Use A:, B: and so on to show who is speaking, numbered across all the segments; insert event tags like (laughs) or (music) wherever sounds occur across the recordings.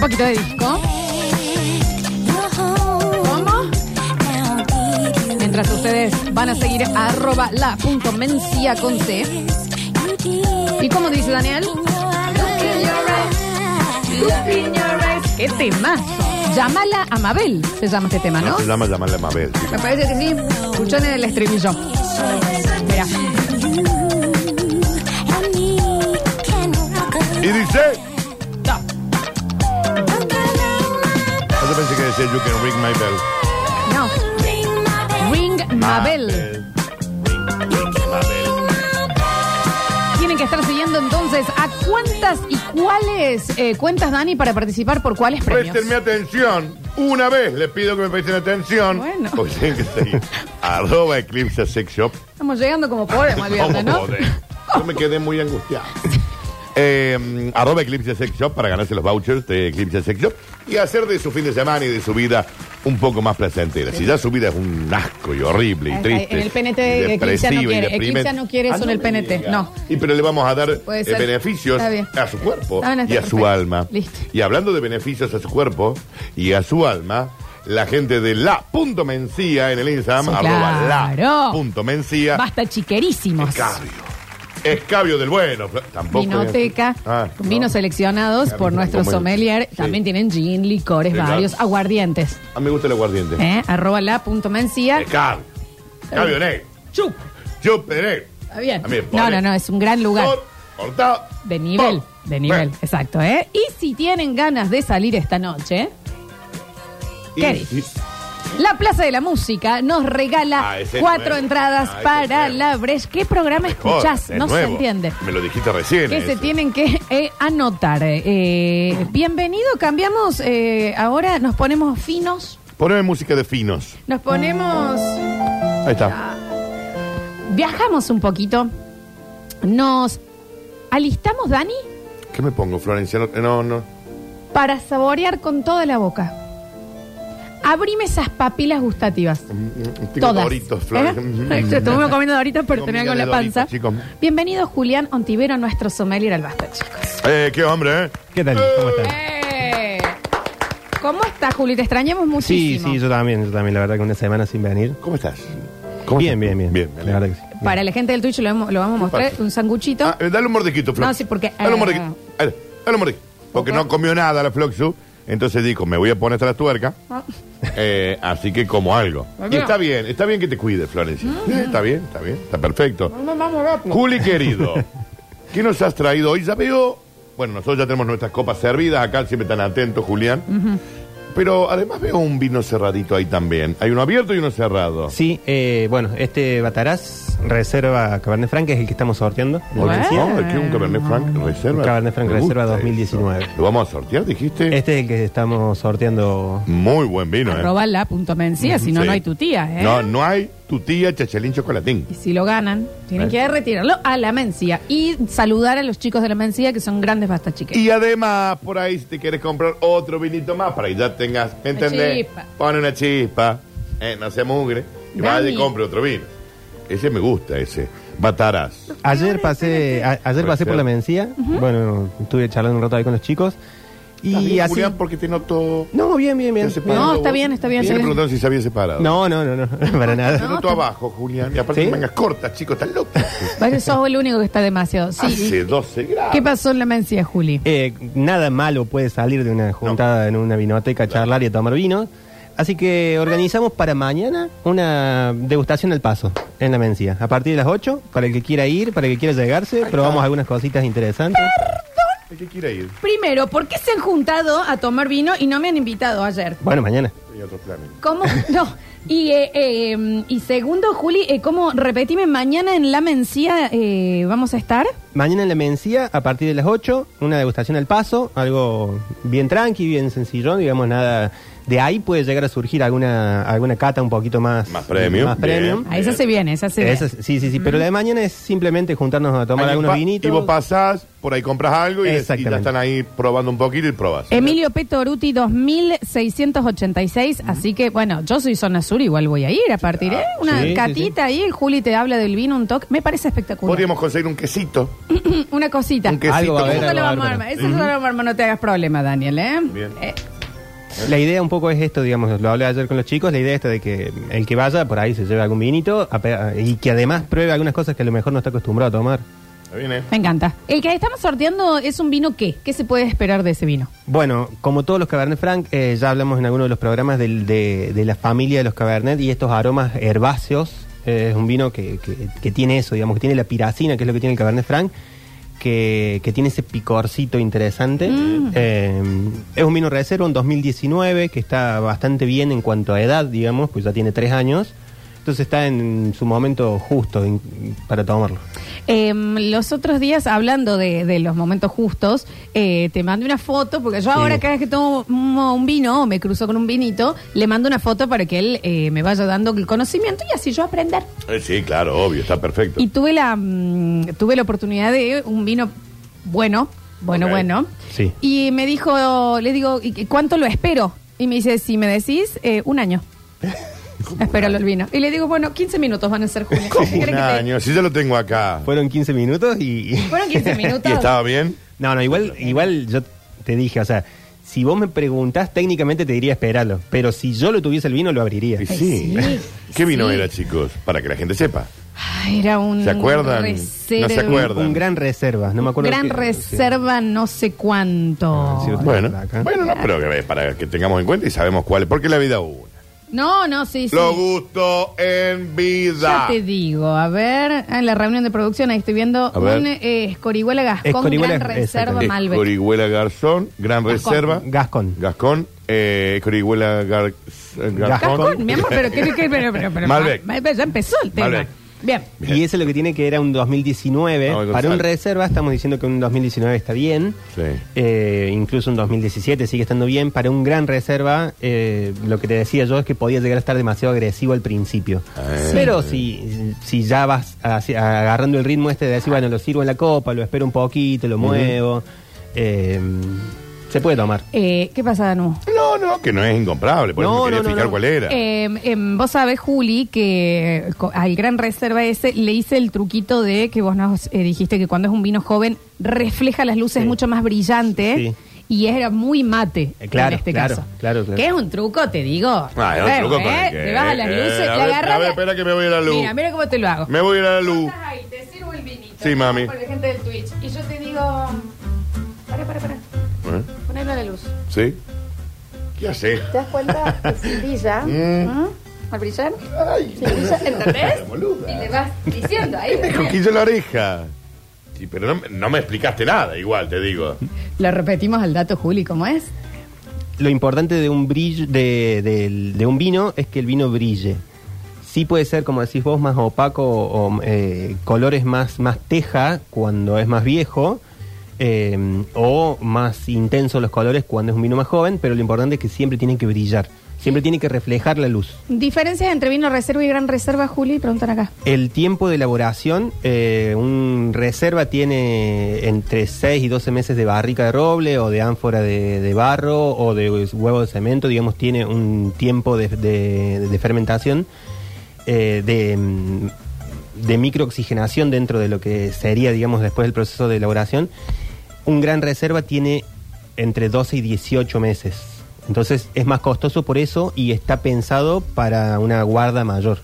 A: poquito de disco. ¿Cómo? Mientras ustedes van a seguir arroba la punto mencia con C. ¿Y cómo dice Daniel? ¡Qué tema! Llámala a Mabel, se llama este tema, ¿no?
B: Se llama llamarle Mabel.
A: Me parece que sí. Escuchan el estribillo. Mira.
B: Y dice.
A: No.
B: Ah, Yo pensé que decía You can ring my bell.
A: No. Ring
B: Ah,
A: Mabel.
B: Ring Mabel.
A: Tienen que estar siguiendo entonces a cuántas y cuáles eh, cuentas, Dani, para participar por cuáles premios.
B: Prestenme atención. Una vez les pido que me presten atención. Pues
A: Bueno.
B: Porque tienen que
A: (laughs)
B: seguir. Arroba Eclipse Sex Shop.
A: Estamos llegando como podemos al viernes, ¿no?
B: ¿Cómo podés? Yo me quedé
A: (laughs)
B: muy angustiado. Eh, arroba Eclipse Sex Shop para ganarse los vouchers de Eclipse Sex Shop y hacer de su fin de semana y de su vida un poco más placentera. Si ya su vida es un asco y horrible y
A: Ay,
B: triste.
A: en el PNT
B: y
A: Eclipse no
B: depresiva y
A: quiere.
B: deprimente. Ah,
A: Eclipse no quiere eso en el
B: me
A: PNT,
B: diga.
A: no.
B: Y pero le vamos a dar
A: Puede
B: eh,
A: ser.
B: beneficios
A: Está bien.
B: a su cuerpo
A: Está bien, está
B: y a su
A: perfecto.
B: alma.
A: Listo.
B: Y hablando de beneficios a su cuerpo y a su alma, la gente de la punto mencía en el Instagram,
A: Sí,
B: arroba la
A: claro.
B: punto mencía,
A: Basta chiquerísimos.
B: Escabio. Escabio del bueno. Fla- Tampoco.
A: Vinoteca,
B: Ah, no.
A: vinos seleccionados
B: Ah,
A: por
B: vino
A: nuestro
B: como el-
A: sommelier.
B: sí.
A: También tienen gin, licores,
B: Sí, claro.
A: varios, aguardientes.
B: A mí me gusta el aguardiente.
A: ¿Eh? Arroba la punto mencía.
B: Escabio. Escabio negro.
A: Chup.
B: Yo peré.
A: Está bien.
B: A mí me
A: No, no,
B: pone-
A: no, es un gran lugar.
B: Cor- Cortado.
A: De nivel,
B: Pop.
A: de nivel,
B: Bueno,
A: exacto, ¿eh? Y si tienen ganas de salir esta noche,
B: y-
A: ¿Qué
B: y-
A: dices? la Plaza de la Música nos regala
B: Ah, ese es
A: cuatro
B: nuevo.
A: entradas
B: Ah, ese
A: para
B: es nuevo.
A: la Breche. ¿Qué programa
B: mejor,
A: escuchás?
B: es
A: No se
B: nuevo.
A: entiende.
B: Me lo dijiste recién.
A: Que se
B: eso.
A: tienen que eh, anotar. Eh, bienvenido, cambiamos. eh, ahora nos ponemos finos.
B: Poneme música de finos.
A: Nos ponemos.
B: Ahí está.
A: Viajamos un poquito. Nos alistamos, Dani,
B: ¿Qué me pongo, Florencia? No, no. no.
A: para saborear con toda la boca. Abrime esas papilas gustativas.
B: Tengo
A: Todas.
B: doritos,
A: ¿Eh? (laughs) Exacto,
B: (laughs) Florencia.
A: Estuvimos comiendo doritos pero
B: Tengo
A: tenía
B: miga
A: con
B: de
A: la
B: Doritos,
A: panza.
B: chicos.
A: Bienvenido Julián Ontivero, nuestro sommelier al Basta, chicos.
B: Eh, qué hombre, ¿eh?
C: ¿Qué tal? ¿Cómo estás?
A: ¡Eh! ¿Cómo estás, Juli? Te extrañamos
C: Sí,
A: muchísimo.
C: sí, yo también, yo también, la verdad que una semana sin venir.
B: ¿Cómo estás?
C: bien, bien, bien,
B: Bien,
C: la verdad que sí.
A: Para la gente del Twitch lo, vamos- lo vamos a mostrar,
B: pasa?
A: un sanguchito.
B: Ah, eh, dale un mordiquito, Flox.
A: No, sí, porque,
B: Dale un
A: eh,
B: mordiquito. Dale, dale un mordiquito. Porque
A: Ok.
B: no comió nada la Floxu. Entonces dijo, me voy a poner hasta las tuercas.
A: Ah.
B: Eh, así que como algo.
A: Muy
B: Y
A: bien. Mm.
B: está bien, está bien que te cuides, Florencia. Eh, Está bien, está bien, está perfecto.
A: Vamos, vamos, vamos.
B: Juli, querido, ¿qué nos has traído hoy? Ya veo, bueno, nosotros ya tenemos nuestras copas servidas, acá siempre tan atentos, Julián. Pero además veo un vino cerradito ahí también. Hay uno abierto y uno cerrado.
C: Sí, eh, bueno, este Bataraz Reserva Cabernet Franc es el que estamos sorteando.
B: Muy bien.
A: Bueno.
B: Oh, ¿qué? un Cabernet Franc Reserva.
C: Un Cabernet Franc
B: Me gusta
C: Reserva
B: eso.
C: 2019.
B: ¿Lo vamos a sortear, dijiste?
C: Este es el que estamos sorteando.
B: Muy buen vino, ¿eh?
A: Arroba la punto mencía, si no,
B: Sí.
A: no hay tu tía, ¿eh?
B: No, no hay tu tía Chachalín Chocolatín.
A: Y si lo ganan, tienen que retirarlo a la mencía. Y saludar a los chicos de la mencía, que son grandes Basta, chicos.
B: Y además, por ahí, si te quieres comprar otro vinito más, para que ya tengas, ¿me
A: Una
B: entendés?
A: chispa.
B: Pone una chispa, eh, no se mugre, y
A: Dani.
B: vaya y compre otro vino. Ese me gusta, ese. Batarás.
C: Ayer pasé, a- ayer pasé por la mencía, bueno, estuve charlando un rato ahí con los chicos. Y así.
B: Julián, porque te noto...
C: No, bien, bien, bien.
B: ¿Te has separado
A: No, está
B: vos?
A: bien, está bien,
B: Y
A: está
B: te
A: bien.
B: preguntaron si se había separado.
C: No, no, no, (laughs) no, para nada.
B: Te noto abajo, Julián. Y aparte,
C: ¿Sí?
B: mangas cortas, chicos, estás loco.
A: Vale, sos el único que está demasiado. Sí.
B: Hace 12 grados.
A: ¿Qué pasó en la mencía, Juli?
C: Eh, nada malo puede salir de una juntada en una vinoteca a charlar y a tomar vino. Así que organizamos para mañana una degustación al paso en la Mencía. A partir de las 8, para el que quiera ir, para el que quiera llegarse, probamos algunas cositas interesantes.
B: ¿De qué quiere ir?
A: Primero, ¿por qué se han juntado a tomar vino y no me han invitado ayer?
C: Bueno, mañana.
B: Hay otros planes.
A: ¿Cómo? (laughs) No. Y, eh, eh, y segundo, Juli, eh, ¿cómo? Repetime, mañana en la mencía eh, vamos a estar.
C: Mañana en la Mencía, a partir de las 8, una degustación al paso, algo bien tranqui, bien sencillón, digamos nada. De ahí puede llegar a surgir alguna, alguna cata un poquito más,
B: Más premium,
C: Más premium.
B: bien.
A: A Ah, esa se viene, esa se viene.
C: Esa es- sí, sí, sí, pero la de mañana es simplemente juntarnos a tomar
B: Ahí
C: algunos
B: pa-
C: vinitos.
B: Y vos pasás, por ahí compras algo y, y ya
C: Exactamente.
A: Em,
B: están ahí probando un poquito y probas.
A: Emilio Petoruti, 2686, 16, así que bueno, yo soy zona sur, igual voy a ir a partir, ¿eh? Una
C: Sí, sí,
A: catita ahí, el Juli te habla del vino, un toque, me parece espectacular.
B: Podríamos conseguir un quesito.
A: (laughs) Una cosita.
B: Un quesito.
C: Algo va a
B: como-
A: Eso
C: haber.
A: lo vamos a
C: bárbaro.
A: armar, eso lo vamos a armar, no te hagas problema, Daniel, ¿eh?
B: Bien.
A: Eh,
C: La idea un poco es esto, digamos, lo hablé ayer con los chicos, la idea esta de que el que vaya por ahí se lleve algún vinito ape- y que además pruebe algunas cosas que a lo mejor no está acostumbrado a tomar.
B: Está bien, ¿eh?
A: me encanta. El que estamos sorteando es un vino qué? ¿Qué se puede esperar de ese vino?
C: Bueno, como todos los Cabernet Franc, eh, ya hablamos en alguno de los programas del- de, de la familia de los Cabernet y estos aromas herbáceos. eh, es un vino que, que- que tiene eso, digamos, que tiene la piracina, que es lo que tiene el Cabernet Franc, que, que tiene ese picorcito interesante. Eh, es un vino reserva, un 2019, que está bastante bien en cuanto a edad, digamos, pues ya tiene tres años. Entonces está en su momento justo en- para tomarlo.
A: Eh, los otros días, hablando de, de los momentos justos, eh, te mandé una foto, porque yo ahora cada vez que tomo un, un vino o me cruzo con un vinito, le mando una foto para que él eh, me vaya dando el conocimiento y así yo aprender.
B: Eh, Sí, claro, obvio, está perfecto.
A: Y tuve la, mm, tuve la oportunidad de un vino bueno, bueno,
B: Ok.
A: bueno.
C: Sí.
A: Y me dijo, le digo, ¿y qué- cuánto lo espero? Y me dice, si me decís, eh, un
B: (laughs)
A: año. Espero el vino. Y le digo, bueno, 15 minutos van a
B: (laughs)
A: ser junio.
B: Como
A: ¿Qué querés que
B: un
A: te-
B: año, si ya lo tengo acá.
C: Fueron 15 minutos y...
A: Fueron 15 minutos.
B: (laughs) ¿Y estaba bien?
C: No, no, igual, igual yo te dije, o sea, si vos me preguntás, técnicamente te diría esperarlo. Pero si yo lo tuviese el vino, lo abriría.
B: Y
A: Ay,
B: sí.
A: sí,
B: (laughs) ¿Qué vino
A: sí.
B: era, chicos? Para que la gente sepa.
A: Ay, era un.
B: ¿Se acuerdan? No se acuerdan.
C: Un gran reserva, no me acuerdo.
A: Gran
C: qué-
A: reserva, no sé cuánto.
C: Ah, sí, otro.
B: Bueno,
C: Acá.
B: bueno, no, pero que- para que tengamos en cuenta y sabemos cuál es. Porque la vida es una.
A: No, no, sí, sí.
B: Los gustos
A: Ya
B: en vida.
A: te digo, a ver, en la reunión de producción, ahí estoy viendo
B: A ver.
A: un eh, Escorihuela Gascón,
C: Escorihuela,
A: Gran Reserva
C: exactamente.
A: Malbec.
B: Corihuela Garzón, Gran
A: Gascón.
B: Reserva.
C: sí. Gascon.
B: Gascón, eh, Corihuela Gar- Garzón.
A: Gascón, mi amor, pero qué, qué- pero, pero, pero-
B: Malbec.
A: ya empezó el tema.
B: Malbec.
A: Bien.
B: Bien.
C: Y eso es lo que tiene que era un 2019.
B: No, Gonzalo.
C: Para un reserva estamos diciendo que un 2019 está bien.
B: Sí.
C: Eh, incluso un 2017 sigue estando bien. Para un gran reserva, eh, lo que te decía yo es que podía llegar a estar demasiado agresivo al principio.
B: Ah.
C: Pero si, si ya vas hacia- agarrando el ritmo este de decir, bueno, lo sirvo en la copa, lo espero un poquito, lo muevo, eh, se puede tomar.
A: Eh, ¿Qué pasa, Danu?
B: (laughs) No, no, que no es incomparable. Por
C: No,
B: eso me quería
C: no, no,
B: fijar
C: no.
B: cuál era.
A: Eh, em, vos sabés, Juli, que co- al Gran Reserva ese le hice el truquito de que vos nos eh, dijiste que cuando es un vino joven refleja las luces
C: Sí.
A: mucho más brillante
C: Sí.
A: y era muy mate
C: Eh, claro,
A: en este
C: claro,
A: caso.
C: claro, claro.
A: Que es un truco, te digo.
B: Ah, es un
A: Bueno,
B: truco para
A: ¿eh?
B: que-
A: Te vas a las
B: eh,
A: luces,
B: a
A: la
B: ver,
A: agarras
B: a ver,
A: la-
B: espera que me voy a la luz.
A: Mira, mira cómo te lo hago.
B: Me voy a ir a la luz.
A: Estás ahí, te sirvo el vinito.
B: Sí, mami.
A: Por la gente del Twitch. Y yo te digo, para, para, para,
B: ¿Eh?
A: ponelo a la luz.
B: ¿Sí? ¿Qué hace?
A: ¿Te das cuenta?
B: (laughs)
A: Que brilla. ¿Mm? Al brillar.
B: Ay,
A: Sí,
B: (laughs)
A: brilla, ¿Entendés?
B: boluda.
A: Y le vas diciendo
B: (laughs)
A: ahí.
B: me cosquilló la oreja. Sí, pero no, no me explicaste nada, igual te digo.
A: Lo repetimos al dato, Juli, ¿cómo es?
C: Lo importante de un brillo, de, del- de un vino es que el vino brille. Sí puede ser, como decís vos, más opaco o eh, colores más, más teja cuando es más viejo eh, o más intensos los colores cuando es un vino más joven, pero lo importante es que siempre tiene que brillar, siempre tiene que reflejar la luz.
A: Diferencias entre vino reserva y gran reserva, Juli, preguntan acá.
C: El tiempo de elaboración, eh, un reserva tiene entre 6 y 12 meses de barrica de roble o de ánfora de, de barro o de huevo de cemento, digamos, tiene un tiempo de, de- de fermentación, eh, de, mm, de microoxigenación dentro de lo que sería, digamos, después del proceso de elaboración. Un gran reserva tiene entre 12 y 18 meses. Entonces es más costoso por eso y está pensado para una guarda mayor.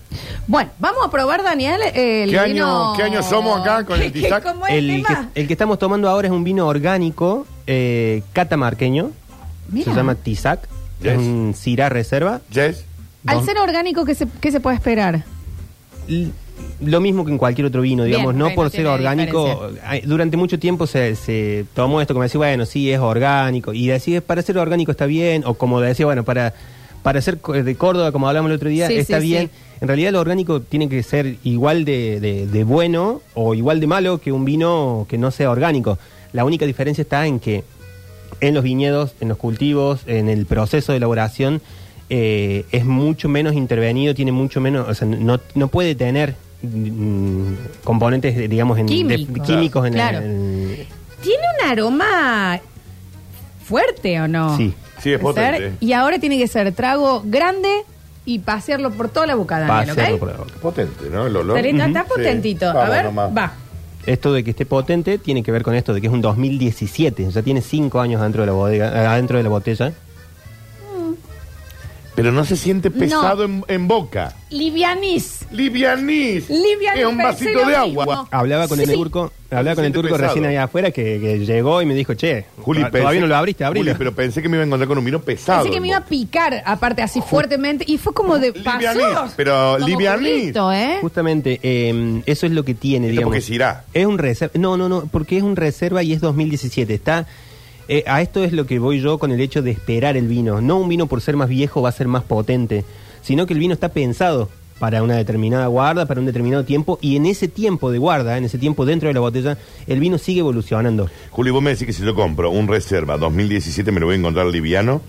A: Bueno, vamos a probar, Daniel, el
B: ¿Qué año-
A: vino-
B: qué año somos acá con
A: (laughs)
B: el
A: ¿Qué-
B: tizac?
A: ¿Cómo es el,
C: el, que, eh,
A: tema?
C: el que estamos tomando ahora es un vino orgánico eh, catamarqueño.
A: Mira.
C: Se llama Tizac.
B: Yes.
C: Es un Syrah Reserva.
B: ¿Jess?
A: Al ser orgánico, ¿qué se, qué se puede esperar?
C: L- lo mismo que en cualquier otro vino,
A: Bien,
C: digamos,
A: bueno,
C: no por ser
A: tiene
C: orgánico. Ay, Durante mucho tiempo se, se tomó esto como decir, bueno, sí, es orgánico. Y decir, para ser orgánico está bien. O como decía, bueno, para, para ser co- de Córdoba, como hablamos el otro día,
A: Sí,
C: está
A: sí,
C: bien.
A: sí.
C: En realidad lo orgánico tiene que ser igual de, de- de bueno o igual de malo que un vino que no sea orgánico. La única diferencia está en que en los viñedos, en los cultivos, en el proceso de elaboración, eh, es mucho menos intervenido, tiene mucho menos, o sea, no, no puede tener mm, componentes, eh, digamos, en, de-
A: Químicos.
C: químicos en la-
A: Claro.
C: en-
A: Tiene un aroma fuerte o no?
C: Sí.
B: Sí, es
A: Puede ser.
B: potente.
A: Y ahora tiene que ser trago grande y pasearlo por toda la boca, Daniel,
C: Pasearlo
A: ¿ok?
C: por la boca.
B: Potente, ¿no? El olor.
A: Está, está
B: Sí.
A: potentito. A
B: Vamos
A: ver,
B: nomás.
A: va.
C: Esto de que esté potente tiene que ver con esto de que es un 2017. Ya tiene 5 años adentro de la bodega, eh, adentro de la botella.
B: Pero no se siente pesado en, en boca.
A: Livianis.
B: Livianís.
A: Livianis.
B: Es un
A: pensé lo
B: vasito de
A: mismo. Ah,
B: agua.
C: Hablaba con
A: Sí.
C: el turco, hablaba con el
B: siente
C: turco
B: pesado.
C: recién allá afuera que, que llegó y me dijo, che,
B: Juli,
C: todavía
B: pensé-
C: no lo abriste, abrilo.
B: Juli, pero pensé que me iba a encontrar con un vino pesado.
A: Pensé que
B: en
A: me iba a
B: boca.
A: picar, aparte, así fuertemente. Y fue como de
B: Livianís,
A: pasos.
B: pero
A: Como
B: livianís.
A: burrito, ¿eh?
C: Justamente, eh, eso es lo que tiene,
B: Esto
C: digamos.
B: porque es Irá.
C: Es un reserva. No, no, no, porque es un reserva y es 2017. Está. eh, a esto es lo que voy yo con el hecho de esperar el vino. No un vino por ser más viejo va a ser más potente, sino que el vino está pensado para una determinada guarda, para un determinado tiempo, y en ese tiempo de guarda, en ese tiempo dentro de la botella, el vino sigue evolucionando.
B: Juli, vos me decís que si yo compro un reserva 2017 me lo voy a encontrar liviano.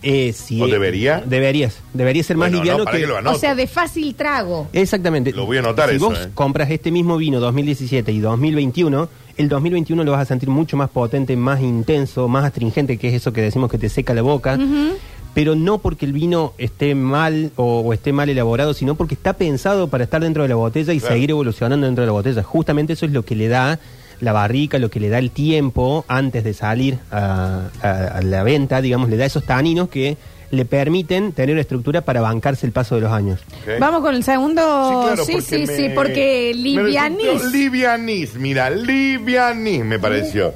C: Eh, si-
B: ¿O debería?
C: Deberías. Debería ser más
B: Bueno, no,
C: liviano
B: para que lo
A: O
B: anoto.
A: sea, de fácil trago.
C: Exactamente.
B: Lo voy a anotar
C: si
B: eso,
C: vos
B: eh.
C: compras este mismo vino 2017 y 2021, el 2021 lo vas a sentir mucho más potente, más intenso, más astringente, que es eso que decimos que te seca la boca. Pero no porque el vino esté mal o, o esté mal elaborado, sino porque está pensado para estar dentro de la botella y
B: Claro.
C: seguir evolucionando dentro de la botella. Justamente eso es lo que le da la barrica, lo que le da el tiempo antes de salir a, a- a la venta, digamos, le da esos taninos que le permiten tener estructura para bancarse el paso de los años.
B: ¿ok?
A: Vamos con el segundo.
B: Sí, claro,
A: sí,
B: porque
A: sí,
B: me-
A: sí, porque
B: me
A: livianís.
B: resultó Livianís, mira, livianís me pareció.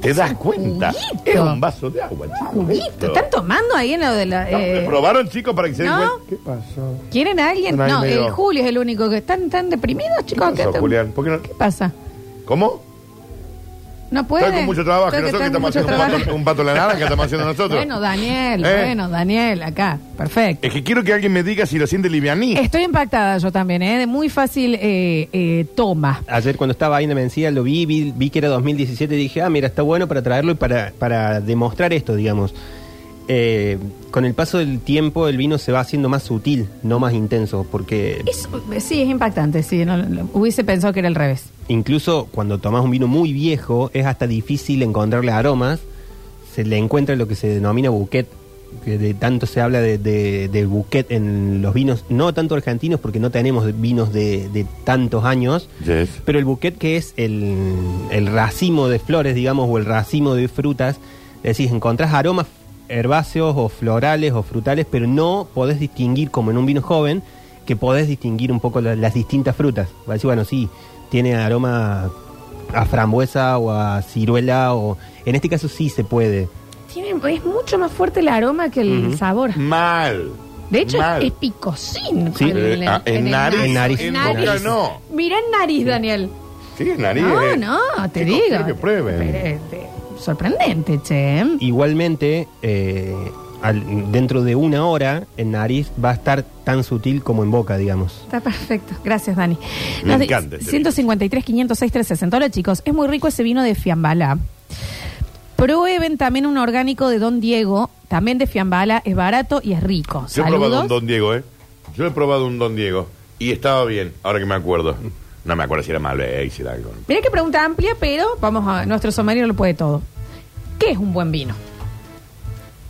B: ¿Te das cuenta?
A: Juguito.
B: Es un vaso de agua. chico,
A: Juguito.
B: esto.
A: ¿Están tomando ahí en lo de la.
B: No,
A: eh,
B: ¿me ¿Probaron, chicos, para que se den
A: ¿no?
B: cuenta? ¿Qué pasó?
A: ¿Quieren a alguien?
B: Están ahí
A: No,
B: medio-
A: el Julio es el único que. ¿Están tan deprimidos, chicos?
B: ¿Qué pasó,
A: te-
B: Julián? ¿Por qué no?
A: ¿Qué pasa?
B: ¿Cómo?
A: ¿No puede?
B: Está con mucho trabajo.
A: Creo que
B: Nosotros que
A: están
B: estamos
A: con
B: haciendo un
A: mucho
B: pato, un pato a la naranja, estamos haciendo nosotros.
A: Bueno, Daniel,
B: Eh.
A: bueno, Daniel, acá. Perfecto.
B: Es que quiero que alguien me diga si lo siente livianís.
A: Estoy impactada yo también, ¿eh? De muy fácil eh, eh, toma.
C: Ayer cuando estaba ahí en la vencida lo vi, vi, vi que era 2017 y dije, ah, mira, está bueno para traerlo y para, para demostrar esto, digamos. Eh, con el paso del tiempo el vino se va haciendo más sutil, no más intenso, porque
A: Eso, eh, sí, es impactante, sí. no, no, no, hubiese pensado que era al revés.
C: incluso cuando tomás un vino muy viejo es hasta difícil encontrarle aromas, se le encuentra lo que se denomina bouquet, que de tanto se habla de, de, de bouquet en los vinos, no tanto argentinos porque no tenemos vinos de, de tantos años,
B: Yes.
C: Pero el bouquet que es el, el racimo de flores, digamos, o el racimo de frutas, decís, encontrás aromas herbáceos o florales o frutales, pero no podés distinguir, como en un vino joven, que podés distinguir un poco la- las distintas frutas. Va a decir, bueno, sí, tiene aroma a frambuesa o a ciruela, o en este caso sí se puede.
A: Tiene- es mucho más fuerte el aroma que el sabor.
B: Mal.
A: De hecho,
B: Mal.
A: es, es picosín.
C: Sí.
A: con el-
B: Eh, ah, en
A: el
B: nariz,
C: en nariz,
A: En
C: en
A: nariz.
C: boca
B: no.
A: Mirá en nariz, Daniel.
B: Sí, es nariz.
A: No,
B: eh.
A: no, te
B: Chicos,
A: digo.
B: quiero que prueben.
A: Pero, eh, eh, Sorprendente, che. ¿eh?
C: Igualmente, eh, al- dentro de una hora, en nariz va a estar tan sutil como en boca, digamos.
A: Está perfecto. Gracias, Dani.
B: Me
A: di-
B: encanta este
A: 153, 506, 360. Hola, chicos. Es muy rico ese vino de Fiambala. Prueben también un orgánico de Don Diego, también de Fiambala. Es barato y es rico.
B: Yo he probado un
A: Saludos.
B: Don Diego, ¿eh? Yo he probado un Don Diego. Y estaba bien, ahora que me acuerdo. No me acuerdo si era Malbec, si era algo.
A: Mira qué pregunta amplia, pero vamos a. Nuestro sommelier lo puede todo. ¿Qué es un buen vino?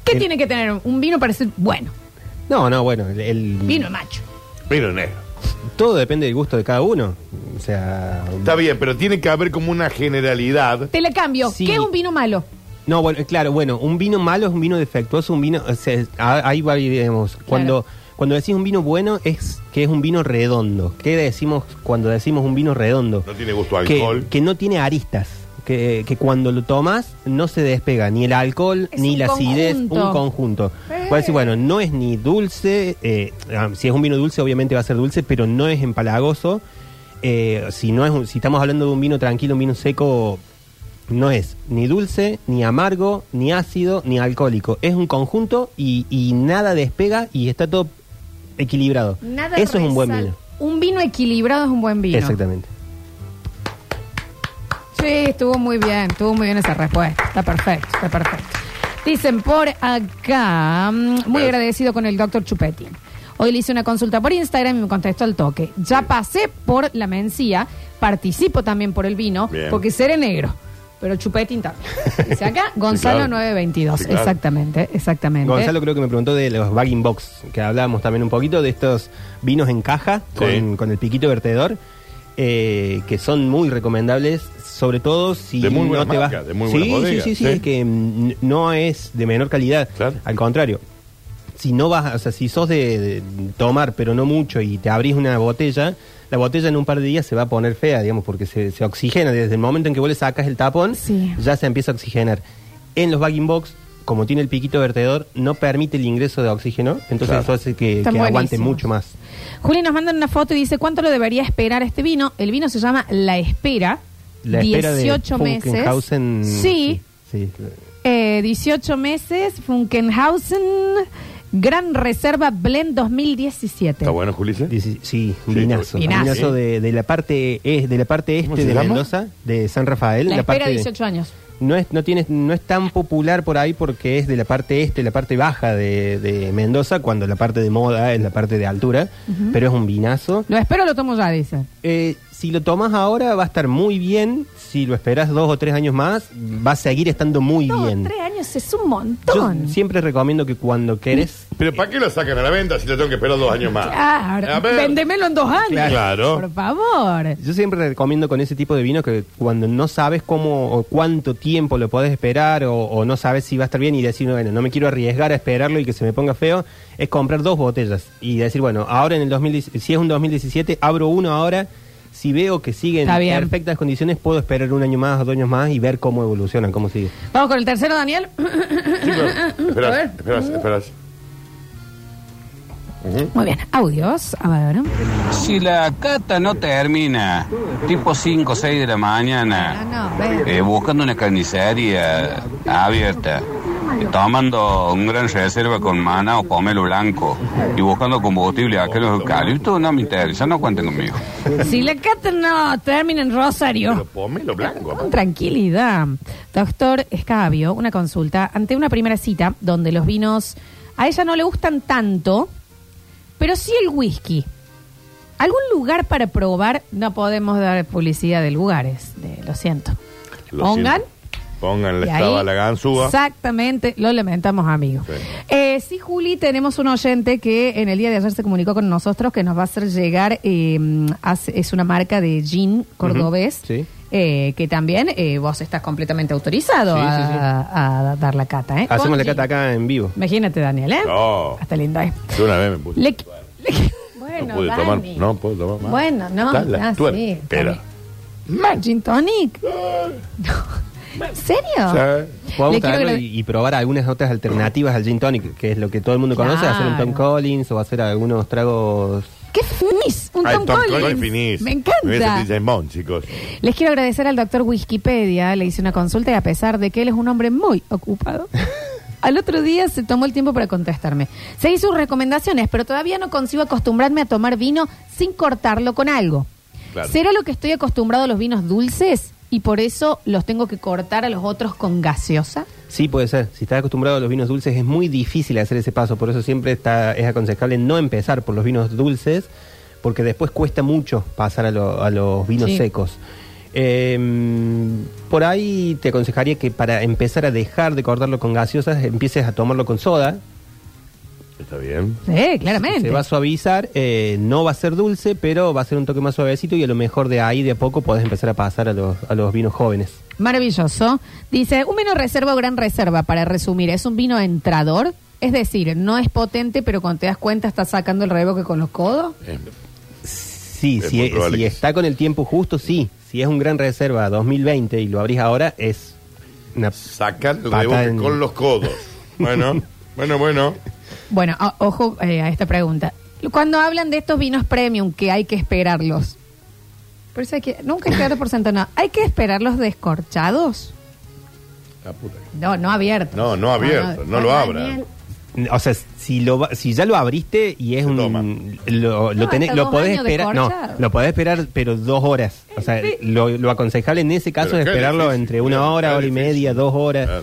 A: ¿Qué
C: El-
A: tiene que tener un vino para ser bueno?
C: No, no, bueno, el, el-
A: Vino macho.
B: Vino negro.
C: Todo depende del gusto de cada uno. O sea.
B: Está bien, pero tiene que haber como una generalidad.
A: Te la cambio.
C: Sí.
A: ¿Qué es un vino malo?
C: No, bueno, eh, claro, bueno, un vino malo es un vino defectuoso, un vino. o sea, a- ahí va, digamos. Cuando, cuando decís un vino bueno es que es un vino redondo. ¿Qué decimos cuando decimos un vino redondo?
B: No tiene gusto a
C: Que,
B: alcohol.
C: que no tiene aristas. Que, que cuando lo tomas no se despega ni el alcohol
A: Es
C: ni
A: un
C: la acidez,
A: conjunto.
C: un conjunto.
A: Eh.
C: Puedes decir, bueno, no es ni dulce, eh, ah, si es un vino dulce obviamente va a ser dulce, pero no es empalagoso. Eh, si, no es un- si estamos hablando de un vino tranquilo, un vino seco, no es ni dulce, ni amargo, ni ácido, ni alcohólico. Es un conjunto y, y nada despega y está todo equilibrado.
A: Nada
C: Eso es un buen
A: resal-
C: vino.
A: Un vino equilibrado es un buen vino.
C: Exactamente.
A: Sí, estuvo muy bien, estuvo muy bien esa respuesta. Está perfecto, está perfecto. Dicen por acá, mm, muy
B: Gracias.
A: agradecido con el doctor Chupetín. Hoy le hice una consulta por Instagram y me contestó al toque. Ya pasé por la mencía, participo también por el vino,
B: Bien.
A: porque seré negro. pero chupetín
C: (laughs)
A: también. Dice acá, Gonzalo
B: claro.
A: 922.
B: Sí, claro.
A: Exactamente, exactamente.
C: Gonzalo creo que me preguntó de los bagging box, que hablábamos también un poquito de estos vinos en caja con,
B: Sí.
C: con el piquito vertedor, eh, que son muy recomendables, sobre todo si
B: De muy buena
C: no te
B: marca,
C: vas.
B: de muy
C: sí,
B: buena bodega,
C: sí, sí, sí,
B: sí.
C: es que mm, no es de menor calidad,
B: Claro.
C: al contrario. Si no vas, o sea, si sos de, de tomar pero no mucho y te abrís una botella, la botella en un par de días se va a poner fea, digamos, porque se, se oxigena desde el momento en que vos le sacas el tapón,
A: Sí.
C: ya se empieza a oxigenar. En los bagging box, como tiene el piquito vertedor, no permite el ingreso de oxígeno, entonces
B: Claro.
C: eso hace que,
A: Están
C: que aguante
A: buenísimos.
C: mucho más.
A: Juli nos manda una foto y dice, ¿cuánto lo debería esperar este vino? El vino se llama La Espera.
C: La espera de
A: 18 meses.
C: Funkenhausen-
A: Sí,
C: sí.
A: eh, 18 meses, Funkenhausen, Gran Reserva Blend 2017.
B: ¿Está bueno, Julissa?
C: Dieci- sí, un
B: Sí,
C: vinazo.
A: vinazo.
C: Vinazo de, de la parte es, de la parte
B: ¿Cómo
C: este
B: se
C: de
B: llama?
C: Mendoza, de San Rafael,
A: La, espera
C: parte
A: 18 años.
C: no es no tiene no es tan popular por ahí porque es de la parte este, la parte baja de, de Mendoza, cuando la parte de moda es la parte de altura, pero es un vinazo.
A: Lo espero, lo tomo ya, dice.
C: Eh, si lo tomas ahora va a estar muy bien. Si lo esperas dos o tres años más, va a seguir estando muy
A: Dos,
C: bien.
A: tres años es un
C: Yo
A: montón.
C: siempre recomiendo que cuando querés,
B: ¿Pero para qué lo sacan a la venta si lo tengo que esperar dos años más? A
A: Claro,
B: ver.
A: véndemelo en dos años.
B: Claro.
A: Por favor.
C: yo siempre recomiendo con ese tipo de vino que cuando no sabes cómo o cuánto tiempo lo podés esperar o, o no sabes si va a estar bien y decir, bueno, no me quiero arriesgar a esperarlo y que se me ponga feo, es comprar dos botellas y decir, bueno, ahora en el 2017, si es un 2017, abro uno ahora. Si veo que sigue en
A: Está bien.
C: perfectas condiciones, puedo esperar un año más, dos años más y ver cómo evolucionan, cómo sigue.
A: Vamos con el tercero, Daniel. A
B: Esperás,
A: ver.
B: esperás, esperás.
A: Muy bien, audios. A ver.
D: Si la cata no termina, tipo 5 o 6 de la mañana,
A: Ah, no, ve.
D: eh, buscando una carnicería abierta, eh, tomando un gran reserva con mana o pomelo blanco y buscando combustible acá en los eucaliptos, no me interesa, no cuenten conmigo.
A: Si la cata no termina en
B: Pero
A: Rosario.
B: pomelo blanco.
A: Con tranquilidad. Doctor Escabio, una consulta. Ante una primera cita donde los vinos a ella no le gustan tanto, pero sí el whisky. ¿Algún lugar para probar? No podemos dar publicidad de lugares, de- lo siento.
B: Lo
A: Pongan.
B: siento. Pongan la
A: Y
B: estaba
A: ahí-
B: la ganzúa.
A: Exactamente, lo lamentamos, amigo.
B: Sí.
A: Sí. sí, Juli, tenemos un oyente que en el día de ayer se comunicó con nosotros que nos va a hacer llegar, eh, hace- es una marca de jean cordobés,
C: sí.
A: eh, que también eh, vos estás completamente autorizado
C: Sí, sí,
A: a,
C: sí.
A: a dar la cata. ¿eh?
C: Hacemos
A: Con
C: la
A: jean.
C: cata acá en vivo.
A: Imagínate, Daniel, ¿eh?
B: No.
A: Hasta linda. ¿eh?
B: Yo una vez me puse.
A: Le- le- bueno,
B: no pude
A: Dani.
B: tomar. No puedo tomar más.
A: Bueno, no,
B: Está la
A: ah,
B: tuer-
A: sí, está
B: Pero.
A: bien. Más Gin tonic. ¿En serio?
B: Sí.
A: Le quiero
C: Podemos traerlo
A: agrade-
C: y, y probar algunas otras alternativas al gin tonic, que es lo que todo el mundo conoce,
A: Claro.
C: hacer un Tom Collins o hacer algunos tragos.
A: ¿Qué finis? Un
B: Ay,
A: Tom, Collins.
B: finís.
A: Me
B: Me hubiese
A: encanta.
B: dicho Jaimón, chicos.
A: Les quiero agradecer al doctor Wikipedia. Le hice una consulta y a pesar de que él es un hombre muy (laughs) ocupado, al otro día se tomó el tiempo para contestarme. Seguí sus recomendaciones, pero todavía no consigo acostumbrarme a tomar vino sin cortarlo con algo.
B: Claro.
A: ¿Será lo que estoy acostumbrado a los vinos dulces y por eso los tengo que cortar a los otros con gaseosa?
C: Sí, puede ser. Si estás acostumbrado a los vinos dulces, es muy difícil hacer ese paso. Por eso siempre está, es aconsejable no empezar por los vinos dulces, porque después cuesta mucho pasar a, lo- a los vinos
A: Sí.
C: secos. Eh, por ahí te aconsejaría que para empezar a dejar de cortarlo con gaseosas, empieces a tomarlo con soda,
B: Está bien.
A: Sí, claramente.
C: Se va a suavizar, eh, no va a ser dulce, pero va a ser un toque más suavecito y a lo mejor de ahí de a poco podés empezar a pasar a los, a los vinos jóvenes.
A: Maravilloso. Dice, un vino reserva o gran reserva, para resumir, es un vino entrador, es decir, no es potente, pero cuando te das cuenta estás sacando el reboque con los codos.
B: Eh,
C: Sí,
B: Es
C: si,
B: muy
C: es-
B: probable
C: si
B: que
C: está con el tiempo justo, sí. Si es un gran reserva 2020 y lo abrís ahora, es una...
B: Sacan el
C: Pata
B: rebote
C: en-
B: con los codos. Bueno, bueno, bueno.
A: Bueno, o- ojo eh, a esta pregunta. Cuando hablan de estos vinos premium, que hay que esperarlos, pero eso hay que, nunca hay que dar por sentado, no. ¿Hay que esperarlos descorchados?
B: La puta que-
A: No, no abiertos.
B: No, no abierto, no lo abra.
A: Daniel.
C: O sea, si, lo, va- si ya lo abriste y es
B: Se
C: un...
B: toma.
C: Lo, lo
A: No,
C: tenés-
A: hasta
C: lo
A: dos
C: podés
A: años de
C: esperar... No,
A: corchado.
C: lo podés esperar, pero dos horas. O sea,
A: Sí.
C: lo, lo aconsejable en ese caso
B: Pero
C: es
B: qué
C: esperarlo
B: difícil,
C: entre una
B: claro,
C: hora,
B: qué
C: hora y
B: difícil.
C: media, dos horas.
B: Claro.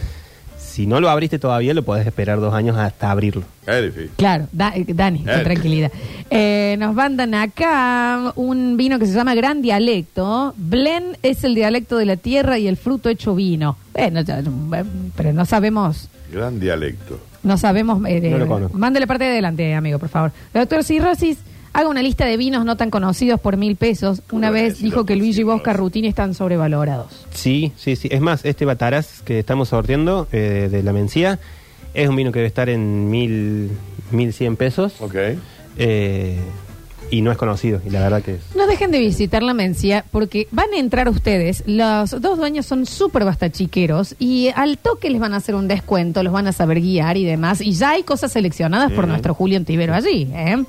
C: si no lo abriste todavía, lo podés esperar dos años hasta abrirlo.
B: Es difícil.
A: Claro, Da- eh, Dani, con
B: Eh.
A: tranquilidad. Eh, nos mandan acá un vino que se llama Gran Dialecto. Blend es el dialecto de la tierra y el fruto hecho vino. Bueno, ya, eh, pero no sabemos,
B: Gran dialecto.
A: no sabemos. eh, de-
C: No lo conozco.
A: mándele parte de adelante, amigo, por favor. La doctora Cirrosis haga una lista de vinos no tan conocidos por mil pesos. Una
B: Bueno,
A: vez
B: sí,
A: dijo
B: doctor
A: que Luigi Bosca
B: Cirrosis.
A: Rutini están sobrevalorados.
C: Sí, sí, sí. Es más, este Bataras que estamos sorteando eh, de la Mencía es un vino que debe estar en mil, mil cien pesos.
B: Ok.
C: Eh, y no es conocido, y la verdad que es.
A: No dejen de visitar la Mencía porque van a entrar ustedes. Los dos dueños son súper bastachiqueros y al toque les van a hacer un descuento, los van a saber guiar y demás. Y ya hay cosas seleccionadas por nuestro Julio Antivero allí. ¿eh?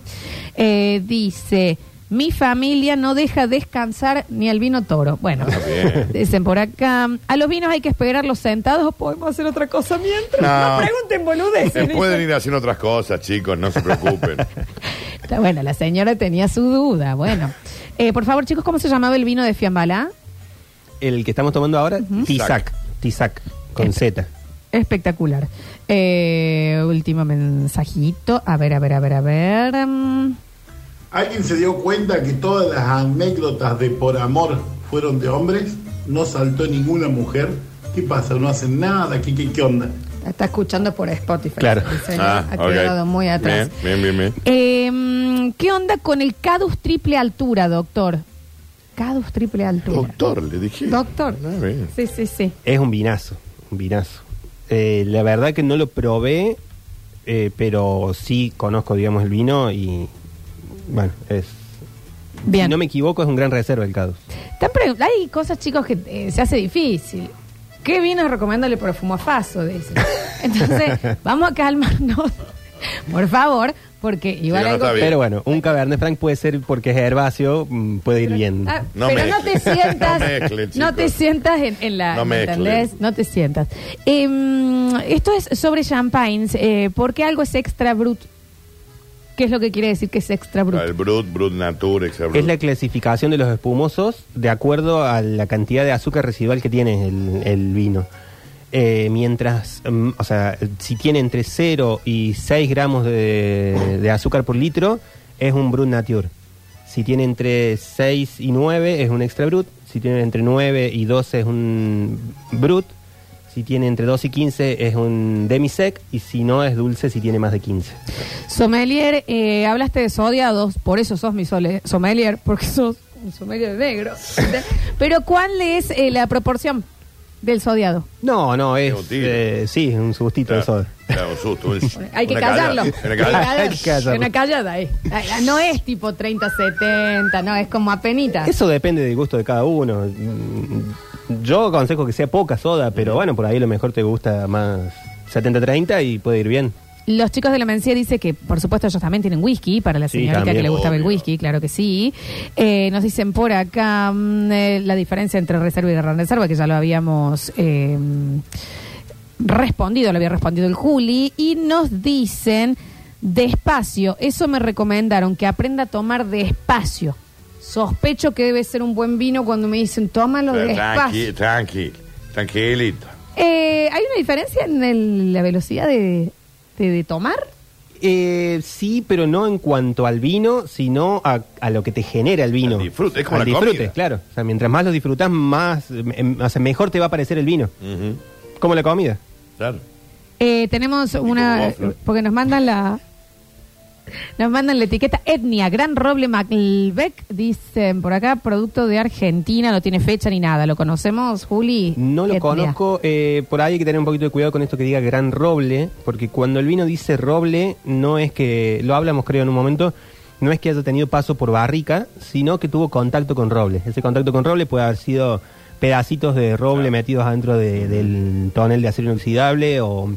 A: Eh, dice. Mi familia no deja descansar ni al vino toro. Bueno,
B: Ah, bien.
A: dicen por acá, a los vinos hay que esperarlos sentados o podemos hacer otra cosa mientras. No,
B: No.
A: pregunten boludeces.
B: Se
A: dicen.
B: Eh, pueden ir haciendo otras cosas, chicos, no
A: (laughs)
B: se preocupen.
A: Está Bueno, la señora tenía su duda. Bueno, Eh, por favor, chicos, ¿cómo se llamaba el vino de Fiambala?
C: El que estamos tomando ahora, Tizac. Tizac, con Z.
A: Espectacular. Eh, último mensajito. A ver, a ver, a ver, a ver. Mm,
E: ¿Alguien se dio cuenta que todas las anécdotas de por amor fueron de hombres? ¿No saltó ninguna mujer? ¿Qué pasa? ¿No hacen nada? ¿Qué, qué, qué onda?
A: Está escuchando por Spotify.
C: Claro.
A: Dice,
B: Ah,
A: ha
B: ok.
A: quedado muy atrás.
B: Bien, bien, bien. bien.
A: Eh, mm, ¿Qué onda con el Cadus triple altura, doctor? Cadus triple altura.
B: Doctor, le dije.
A: Doctor.
B: Ah, bien.
A: Sí, sí, sí.
C: Es un vinazo, un vinazo. Eh, la verdad que no lo probé, eh, pero sí conozco, digamos, el vino y. Bueno, es.
A: Bien.
C: Si no me equivoco, es un gran reserva el Cadus.
A: Están pregun- Hay cosas, chicos, que eh, se hace difícil. ¿Qué vinos recomendándole para fumafaso?
B: (laughs)
A: Dice. Entonces, vamos a calmarnos, por favor, porque igual
B: no
A: algo-
B: está bien.
C: Pero bueno, un Cabernet Franc puede ser porque es herbáceo, mm, puede ir bien.
A: Ah,
B: No
A: pero no te
B: mezclen.
A: sientas,
B: (laughs) No mezclen,
A: no, te
B: chicos.
A: sientas en, en la,
B: No
A: ¿me
B: mezclen.
A: entendés? No te sientas. Em, esto es sobre champagnes, eh, porque algo es extra brut. ¿Qué es lo que quiere decir que es extra brut?
B: Ah, El Brut, Brut Nature, extra Brut.
C: Es la clasificación de los espumosos de acuerdo a la cantidad de azúcar residual que tiene el, el vino. Eh, mientras, mm, o sea, si tiene entre 0 y 6 gramos de, de azúcar por litro, es un Brut Nature. Si tiene entre 6 y 9, es un Extra Brut. Si tiene entre 9 y 12, es un Brut. Si tiene entre 12 y 15, es un Demisec. Y si no, es dulce si tiene más de 15.
A: Sommelier, eh, hablaste de sodiados, por eso sos mi sole- sommelier, porque sos un sommelier
B: (laughs)
A: negro. Pero ¿cuál es eh, la proporción del sodiado?
C: No, no, es.
B: Es un tiro.
C: eh, sí, es un sustito de soda.
B: Claro, un susto. un-
A: Hay que
B: una
A: callarlo.
B: callada, una callada.
C: Hay que callarlo.
A: Una callada, eh. No es tipo 30-70, no, es como apenita.
C: Eso depende del gusto de cada uno. Mm, Yo aconsejo que sea poca soda, pero bueno, por ahí a lo mejor te gusta más 70-30 y puede ir bien.
A: Los chicos de la Mencía dicen que, por supuesto, ellos también tienen whisky, para la
C: Sí,
A: señorita
C: también,
A: que le gustaba el
B: obvio.
A: whisky, claro que sí. Eh, nos dicen por acá mm, eh, la diferencia entre reserva y gran reserva, que ya lo habíamos eh, respondido, lo había respondido el Juli. Y nos dicen, despacio, eso me recomendaron, que aprenda a tomar despacio. Sospecho que debe ser un buen vino cuando me dicen, tómalo
B: Pero
A: despacio.
B: Tranqui, tranqui, tranquilito.
A: Eh, ¿Hay una diferencia en el- la velocidad de- de- de tomar?
C: Eh, sí, pero no en cuanto al vino, sino a, a lo que te genera el vino.
B: Al disfrute, es como
C: Al
B: la
C: disfrute,
B: comida.
C: claro. O sea, mientras más lo disfrutas, más, eh, em, o sea, mejor te va a parecer el vino.
B: Ujú,
C: Como la comida.
B: Claro.
A: Eh, tenemos una.
B: vos, Flor.
A: Porque nos mandan la. Nos mandan la etiqueta etnia, Gran Roble Maclbec, dicen por acá, producto de Argentina, no tiene fecha ni nada. ¿Lo conocemos, Juli?
C: No lo
A: Etnia.
C: conozco, eh, por ahí hay que tener un poquito de cuidado con esto que diga gran roble, porque cuando el vino dice roble, no es que, lo hablamos creo en un momento, no es que haya tenido paso por barrica, sino que tuvo contacto con roble. Ese contacto con roble puede haber sido pedacitos de roble metidos adentro de- del tonel de acero inoxidable o,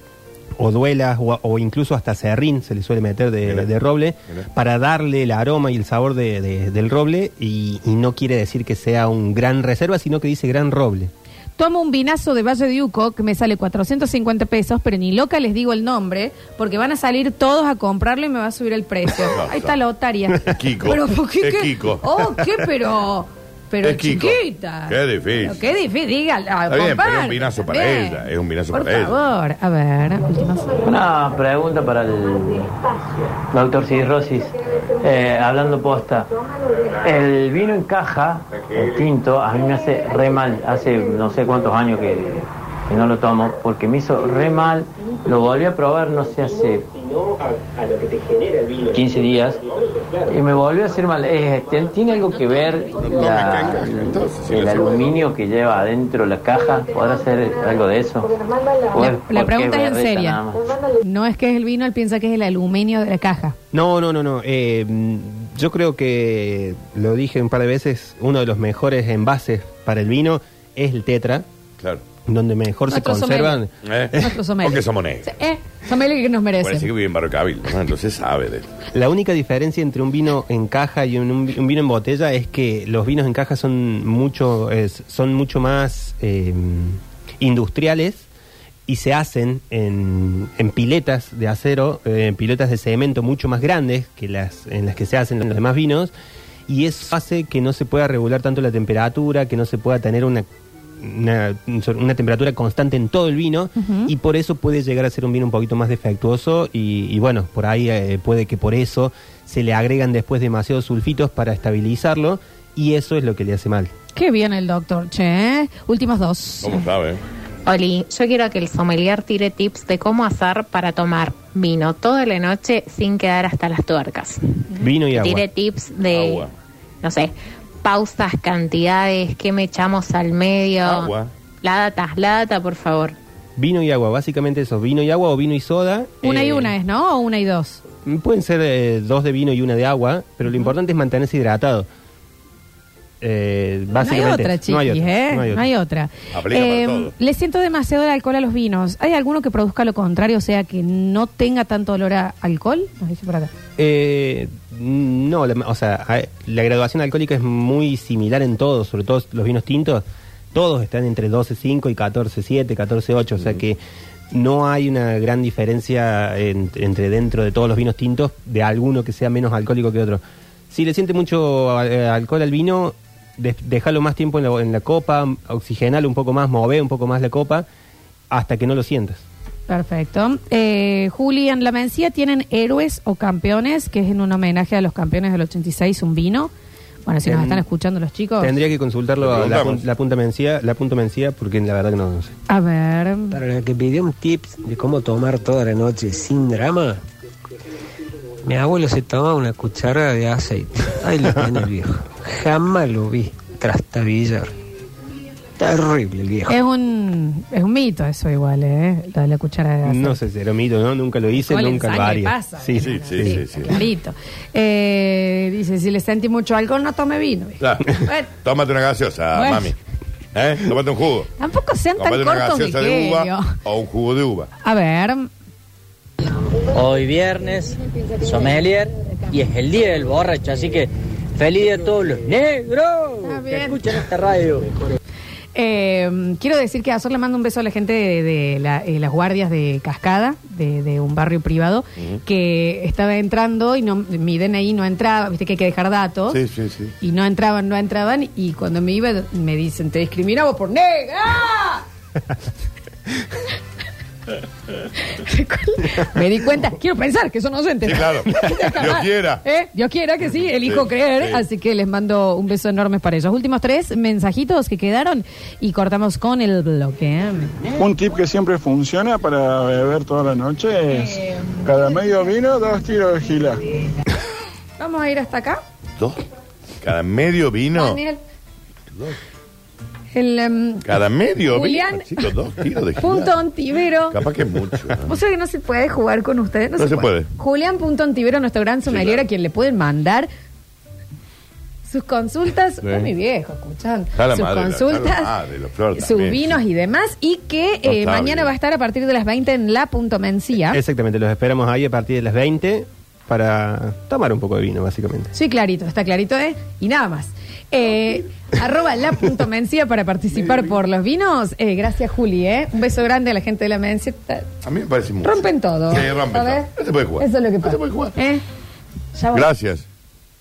C: o duelas o, o incluso hasta serrín se le suele meter de,
B: Mirá.
C: de roble
B: Mirá.
C: para darle el aroma y el sabor de- de- del roble y, y no quiere decir que sea un gran reserva, sino que dice gran roble.
A: Tomo un vinazo de Valle de Uco que me sale 450 pesos, pero ni loca les digo el nombre, porque van a salir todos a comprarlo y me va
B: (laughs)
A: a subir el precio. Ahí está la otaria.
B: Kiko.
A: Pero, ¿por qué,
B: Es
A: qué?
B: Kiko.
A: Oh, qué, pero. Pero
B: Es Kiko.
A: chiquita.
B: Qué difícil.
A: Pero qué difícil, ah, dígalo.
B: Está bien, pero es un
A: comparte
B: vinazo para
A: también.
B: ella, es un vinazo
A: Por
B: para ella.
A: favor, a ver, últimas.
F: Una pregunta para el doctor Cirrosis. Eh, hablando posta, el vino en caja, el tinto, a mí me hace re mal. Hace no sé cuántos años que, que no lo tomo, porque me hizo re mal. Lo volví a probar, no sé, hace 15 días. Y me volvió a hacer mal. Eh, este, ¿Tiene algo que ver la- el aluminio que lleva adentro la caja? ¿Podrá ser algo de eso? ¿O
A: La,
F: es
A: la
F: porque
A: pregunta es en
F: berreta
A: serio.
F: nada más?
A: No es que es el vino, él piensa que es el aluminio de la caja.
C: No, no, no, no. Eh, mm, yo creo que lo dije un par de veces, uno de los mejores envases para el vino es el Tetra,
B: Claro.
C: donde mejor se
A: Nuestro
C: conservan.
B: ¿Eh?
A: Nosotros somos
B: Porque somos negros.
A: Eh, sommelier que nos merece.
B: Parece que vive en Barrio Cabildo, ¿no? entonces sabe de esto.
C: La única diferencia entre un vino en caja y un, un vino en botella es que los vinos en caja son mucho, es- son mucho más eh, industriales y se hacen en, en piletas de acero, eh, en piletas de cemento mucho más grandes que las en las que se hacen los demás vinos y eso hace que no se pueda regular tanto la temperatura, que no se pueda tener una una, una temperatura constante en todo el vino y por eso puede llegar a ser un vino un poquito más defectuoso y, y bueno, por ahí eh, puede que por eso se le agregan después demasiados sulfitos para estabilizarlo y eso es lo que le hace mal.
A: Qué bien el doctor, che. ¿eh? Últimas dos.
B: ¿Cómo sabe?
G: Oli, yo quiero que el sommelier tire tips de cómo hacer para tomar vino toda la noche sin quedar hasta las tuercas.
C: Vino y
G: Que
C: agua.
G: tire tips de,
B: Agua.
G: no sé, pausas, cantidades, qué me echamos al medio.
B: Agua.
G: La data, la data, por favor.
C: Vino y agua, básicamente eso, vino y agua o vino y soda.
A: Una y
C: eh,
A: una es, ¿no? O una y dos.
C: Pueden ser eh, dos de vino y una de agua, pero lo importante es mantenerse hidratado. Eh,
A: No hay
C: básicamente,
A: otra, chiquis, ¿eh?
C: no hay otra.
B: Aplica para todo.
A: Le siento demasiado el alcohol a los vinos. ¿Hay alguno que produzca lo contrario, o sea, que no tenga tanto olor a alcohol? Nos dice por acá.
C: Eh, no, la- o sea, a- la graduación alcohólica es muy similar en todos, sobre todo los vinos tintos. Todos están entre 12.5 y 14.7, 14.8, o sea
B: Mm.
C: que no hay una gran diferencia en- entre dentro de todos los vinos tintos de alguno que sea menos alcohólico que otro. Si le siente mucho eh, alcohol al vino, de- déjalo más tiempo en la, en la copa, oxigenalo un poco más, move un poco más la copa hasta que no lo sientas.
A: Perfecto. Eh, Julián, la mencía tienen héroes o campeones, que es en un homenaje a los campeones del 86, un vino. Bueno, si nos
C: Ten-
A: están escuchando los chicos.
C: Tendría que consultarlo
B: Lo
C: a la,
B: preguntamos.
C: pun- la punta mencía, la punta mencía, porque la verdad que no, no sé.
A: A ver.
H: Para la que pidió un tips de cómo tomar toda la noche sin drama, mi abuelo se tomaba una cucharada de aceite. Ahí lo tiene el viejo. Jamás lo vi trastabillar. Terrible el viejo.
A: Es un, es un mito eso igual, ¿eh? Lo de la cuchara de aceite.
C: No sé si era mito, ¿no? Nunca lo hice,
A: Alcohol en
C: nunca lo
A: sangre
C: haría.
A: pasa,
C: sí,
B: sí,
C: sí,
B: sí, sí, sí.
A: Clarito. Eh, dice, si le sentí mucho alcohol, no tome vino. viejo.
B: Claro.
A: (laughs) Bueno.
B: Tómate una gaseosa,
A: Bueno.
B: mami. ¿Eh? Tómate un jugo.
A: Tampoco sean tan
B: Tómate una
A: cortos de
B: gaseosa de
A: genio.
B: uva o un jugo de uva.
A: A ver,
I: Hoy viernes, sommelier, y es el día del borracho, así que feliz día a todos los negros
A: Está bien.
I: que escuchan esta radio.
A: eh, quiero decir que a Azor le mando un beso a la gente de, de la- eh, las guardias de Cascada, de, de un barrio privado, que estaba entrando y no, mi DNI no entraba, viste que hay que dejar datos.
B: Sí, sí, sí.
A: Y no entraban, no entraban, y cuando me iba me dicen, te discriminamos por
B: (laughs)
A: negra. me di cuenta, quiero pensar que son oyentes. (laughs)
B: Sí, claro. Dios quiera.
A: ¿Eh? Dios quiera que sí, elijo
B: Sí,
A: creer,
B: sí.
A: así que les mando un beso enorme para ellos. Últimos tres mensajitos que quedaron y cortamos con el bloque. ¿eh?
J: Un tip que siempre funciona para beber toda la noche es cada medio vino, dos tiros de gila.
A: Vamos a ir hasta acá,
B: Dos. Cada medio vino.
A: Daniel. El em,
B: Cada medio
A: Julián.
B: vino. Chicos, dos tiros de
A: punto
B: gilada.
A: ontivero.
B: Capaz que es mucho. ¿no?
A: O sea que no se puede jugar con ustedes. No,
B: No se puede.
A: Julián Punto Ontivero, nuestro gran sommelier,
B: claro.
A: a quien le pueden mandar sus consultas. Está muy viejo, escuchan.
B: Está la
A: sus
B: madre, la-
A: consultas,
B: está la madre, los flores
A: sus
B: también,
A: vinos
B: sí.
A: y demás. Y que eh,
B: está
A: mañana
B: bien.
A: va a estar a partir de las 20 en la Punto Mencía.
C: Exactamente, los esperamos ahí a partir de las 20 para tomar un poco de vino, básicamente.
A: Sí, clarito, está clarito, ¿eh? Y nada más. Eh, arroba la punto mencía para participar por los vinos. Eh, gracias, Juli, ¿eh? Un beso grande a la gente de la mencía.
B: A mí me parece mucho.
A: Rompen todo.
B: Sí, rompen
A: ¿sabes?
B: todo. No se puede jugar.
A: Eso es lo que
B: No
A: pasa.
B: se puede jugar.
A: ¿Eh? Ya voy.
B: Gracias.